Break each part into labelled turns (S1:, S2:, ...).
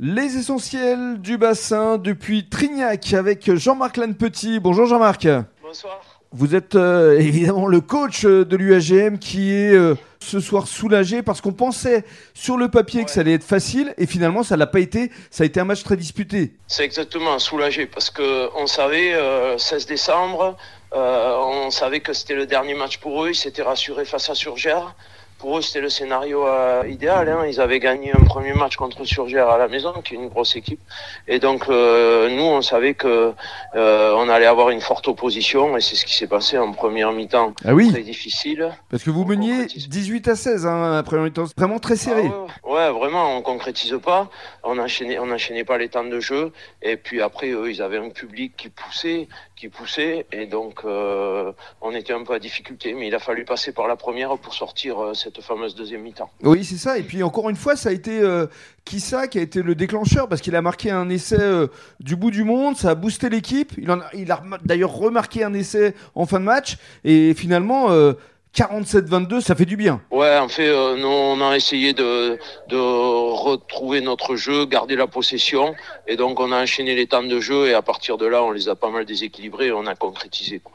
S1: Les essentiels du bassin depuis Trignac avec Jean-Marc Lannepetit. Bonjour Jean-Marc.
S2: Bonsoir.
S1: Vous êtes euh, évidemment le coach euh, de l'UAGM qui est euh, ce soir soulagé parce qu'on pensait sur le papier que
S2: Ouais.
S1: ça allait être facile et finalement ça l'a pas été. Ça a été un match très disputé.
S2: C'est exactement soulagé parce que on savait euh, 16 décembre, euh, on savait que c'était le dernier match pour eux. Ils s'étaient rassurés face à Surgère. Pour eux, c'était le scénario euh, idéal. hein. Ils avaient gagné un premier match contre Surgère à la maison, qui est une grosse équipe. Et donc, euh, nous, on savait que euh, on allait avoir une forte opposition, et c'est ce qui s'est passé en première mi-temps.
S1: Ah oui,
S2: Très difficile.
S1: parce que vous
S2: on
S1: meniez
S2: concrétise.
S1: 18 à 16 hein, après un temps vraiment très serré.
S2: Ah ouais, ouais. Ouais, vraiment, on concrétise pas. On enchaînait, on enchaînait pas les temps de jeu. Et puis après, eux, ils avaient un public qui poussait, qui poussait. Et donc, euh, on était un peu à difficulté. Mais il a fallu passer par la première pour sortir euh, cette fameuse deuxième mi-temps.
S1: Oui, c'est ça. Et puis encore une fois, ça a été euh, Kissa qui a été le déclencheur parce qu'il a marqué un essai euh, du bout du monde. Ça a boosté l'équipe. Il, en a, il a rem- d'ailleurs remarqué un essai en fin de match. Et finalement, euh, 47-22, ça fait du bien.
S2: Ouais, en fait, euh, nous, on a essayé de, de retrouver notre jeu, garder la possession. Et donc, on a enchaîné les temps de jeu. Et à partir de là, on les a pas mal déséquilibrés. Et on a concrétisé. quoi.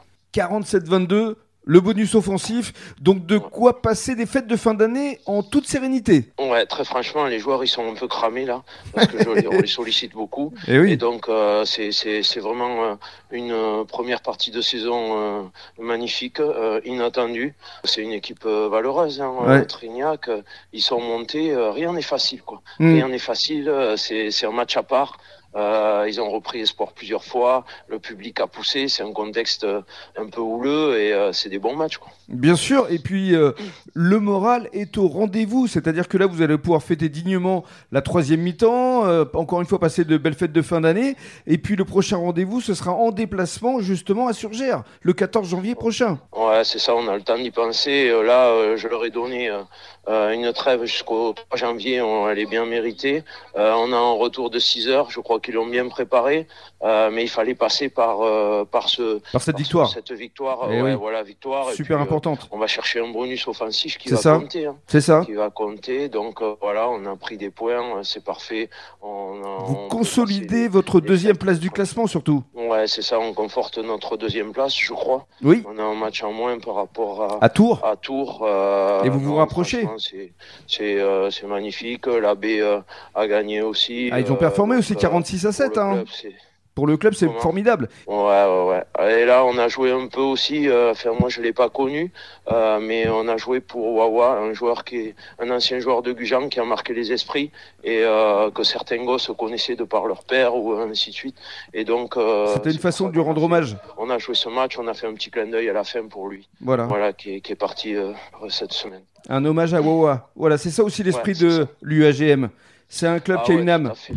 S1: 47-22, le bonus offensif. Donc de quoi passer des fêtes de fin d'année en toute sérénité.
S2: Ouais, très franchement, les joueurs, ils sont un peu cramés là, parce que je, on les sollicite beaucoup.
S1: Et
S2: Et donc, euh, c'est- c'est c'est vraiment euh, une euh, première partie de saison euh, magnifique, euh, inattendue. C'est une équipe euh, valeureuse, hein,
S1: Ouais.
S2: euh, Trignac. euh, Ils sont montés, euh, rien n'est facile, quoi.
S1: Mm.
S2: Rien n'est facile, euh, c'est c'est un match à part. Euh, ils ont repris espoir plusieurs fois, le public a poussé, c'est un contexte euh, un peu houleux et euh, c'est des bons matchs, quoi.
S1: Bien sûr, et puis euh, le moral est au rendez-vous, c'est-à-dire que là vous allez pouvoir fêter dignement la troisième mi-temps, euh, encore une fois passer de belles fêtes de fin d'année, et puis le prochain rendez-vous ce sera en déplacement justement à Surgères, le 14 janvier prochain.
S2: Ouais, c'est ça, on a le temps d'y penser. Euh, Là, euh, je leur ai donné euh, euh, une trêve jusqu'au 3 janvier, on, elle est bien méritée. Euh, on a un retour de 6 heures, je crois qu'ils l'ont bien préparé, Euh, mais il fallait passer par, euh, par, ce,
S1: Par cette
S2: par ce-
S1: victoire,
S2: cette victoire.
S1: Eh
S2: ouais,
S1: oui.
S2: voilà, victoire. Et
S1: super
S2: puis, euh,
S1: importante.
S2: on va chercher un bonus offensif qui
S1: C'est
S2: va
S1: ça.
S2: compter. hein,
S1: C'est ça
S2: qui va compter. Donc euh, voilà, on a pris des points, euh, c'est parfait. On, euh, on
S1: Vous
S2: peut
S1: consolidez
S2: passer-
S1: votre deuxième place du classement surtout.
S2: Ouais, c'est ça, on conforte notre deuxième place, je crois.
S1: Oui,
S2: On a un match en moins par rapport à,
S1: à Tours.
S2: à Tours. euh,
S1: Et vous vous
S2: non,
S1: rapprochez.
S2: franchement, C'est c'est, euh, c'est magnifique. La B euh, a gagné aussi.
S1: Ah, ils ont
S2: euh,
S1: performé
S2: donc,
S1: aussi
S2: euh,
S1: 46 à
S2: pour le
S1: 7. hein.
S2: club, c'est-
S1: Pour le club, c'est
S2: Comment
S1: formidable.
S2: Ouais, ouais, ouais. Et là, on a joué un peu aussi. euh, Enfin, moi, je l'ai pas connu, euh, mais on a joué pour Wawa, un joueur qui est un ancien joueur de Gujan qui a marqué les esprits et euh, que certains gosses connaissaient de par leur père ou ainsi de suite. Et donc, euh,
S1: C'était une
S2: c'est pour
S1: façon
S2: ça
S1: de lui
S2: qu'on a
S1: rendre
S2: fait-
S1: hommage.
S2: On a joué ce match, on a fait un petit clin d'œil à la fin pour lui.
S1: Voilà.
S2: Voilà, qui est, qui est parti euh, cette semaine.
S1: Un hommage à Wawa. Voilà, c'est ça aussi l'esprit
S2: Ouais, c'est
S1: de l'UAGM. C'est un club
S2: Ah
S1: qui a
S2: ouais,
S1: une
S2: tout
S1: âme.
S2: à fait.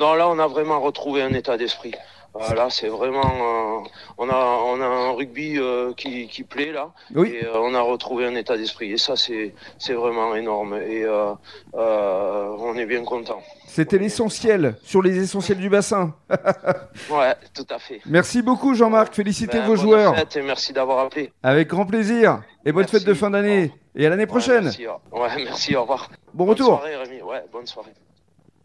S2: Non, là, on a vraiment retrouvé un état d'esprit. Euh, là, c'est vraiment. euh, on, a, on a un rugby euh, qui, qui plaît, là.
S1: Oui,
S2: Et euh, on a retrouvé un état d'esprit. Et ça, c'est c'est vraiment énorme. Et euh, euh, on est bien content.
S1: c'était l'essentiel sur les essentiels du bassin.
S2: Ouais, tout à fait.
S1: Merci beaucoup Jean-Marc, félicitez
S2: Ben,
S1: vos
S2: bonne
S1: joueurs.
S2: fête et merci d'avoir appelé.
S1: Avec grand plaisir. Et bonne
S2: Merci.
S1: fête de fin d'année. Et à l'année
S2: Ouais,
S1: prochaine.
S2: merci, au- ouais, merci, au revoir.
S1: Bon
S2: Bonne
S1: retour.
S2: soirée, Rémi. Ouais, bonne soirée.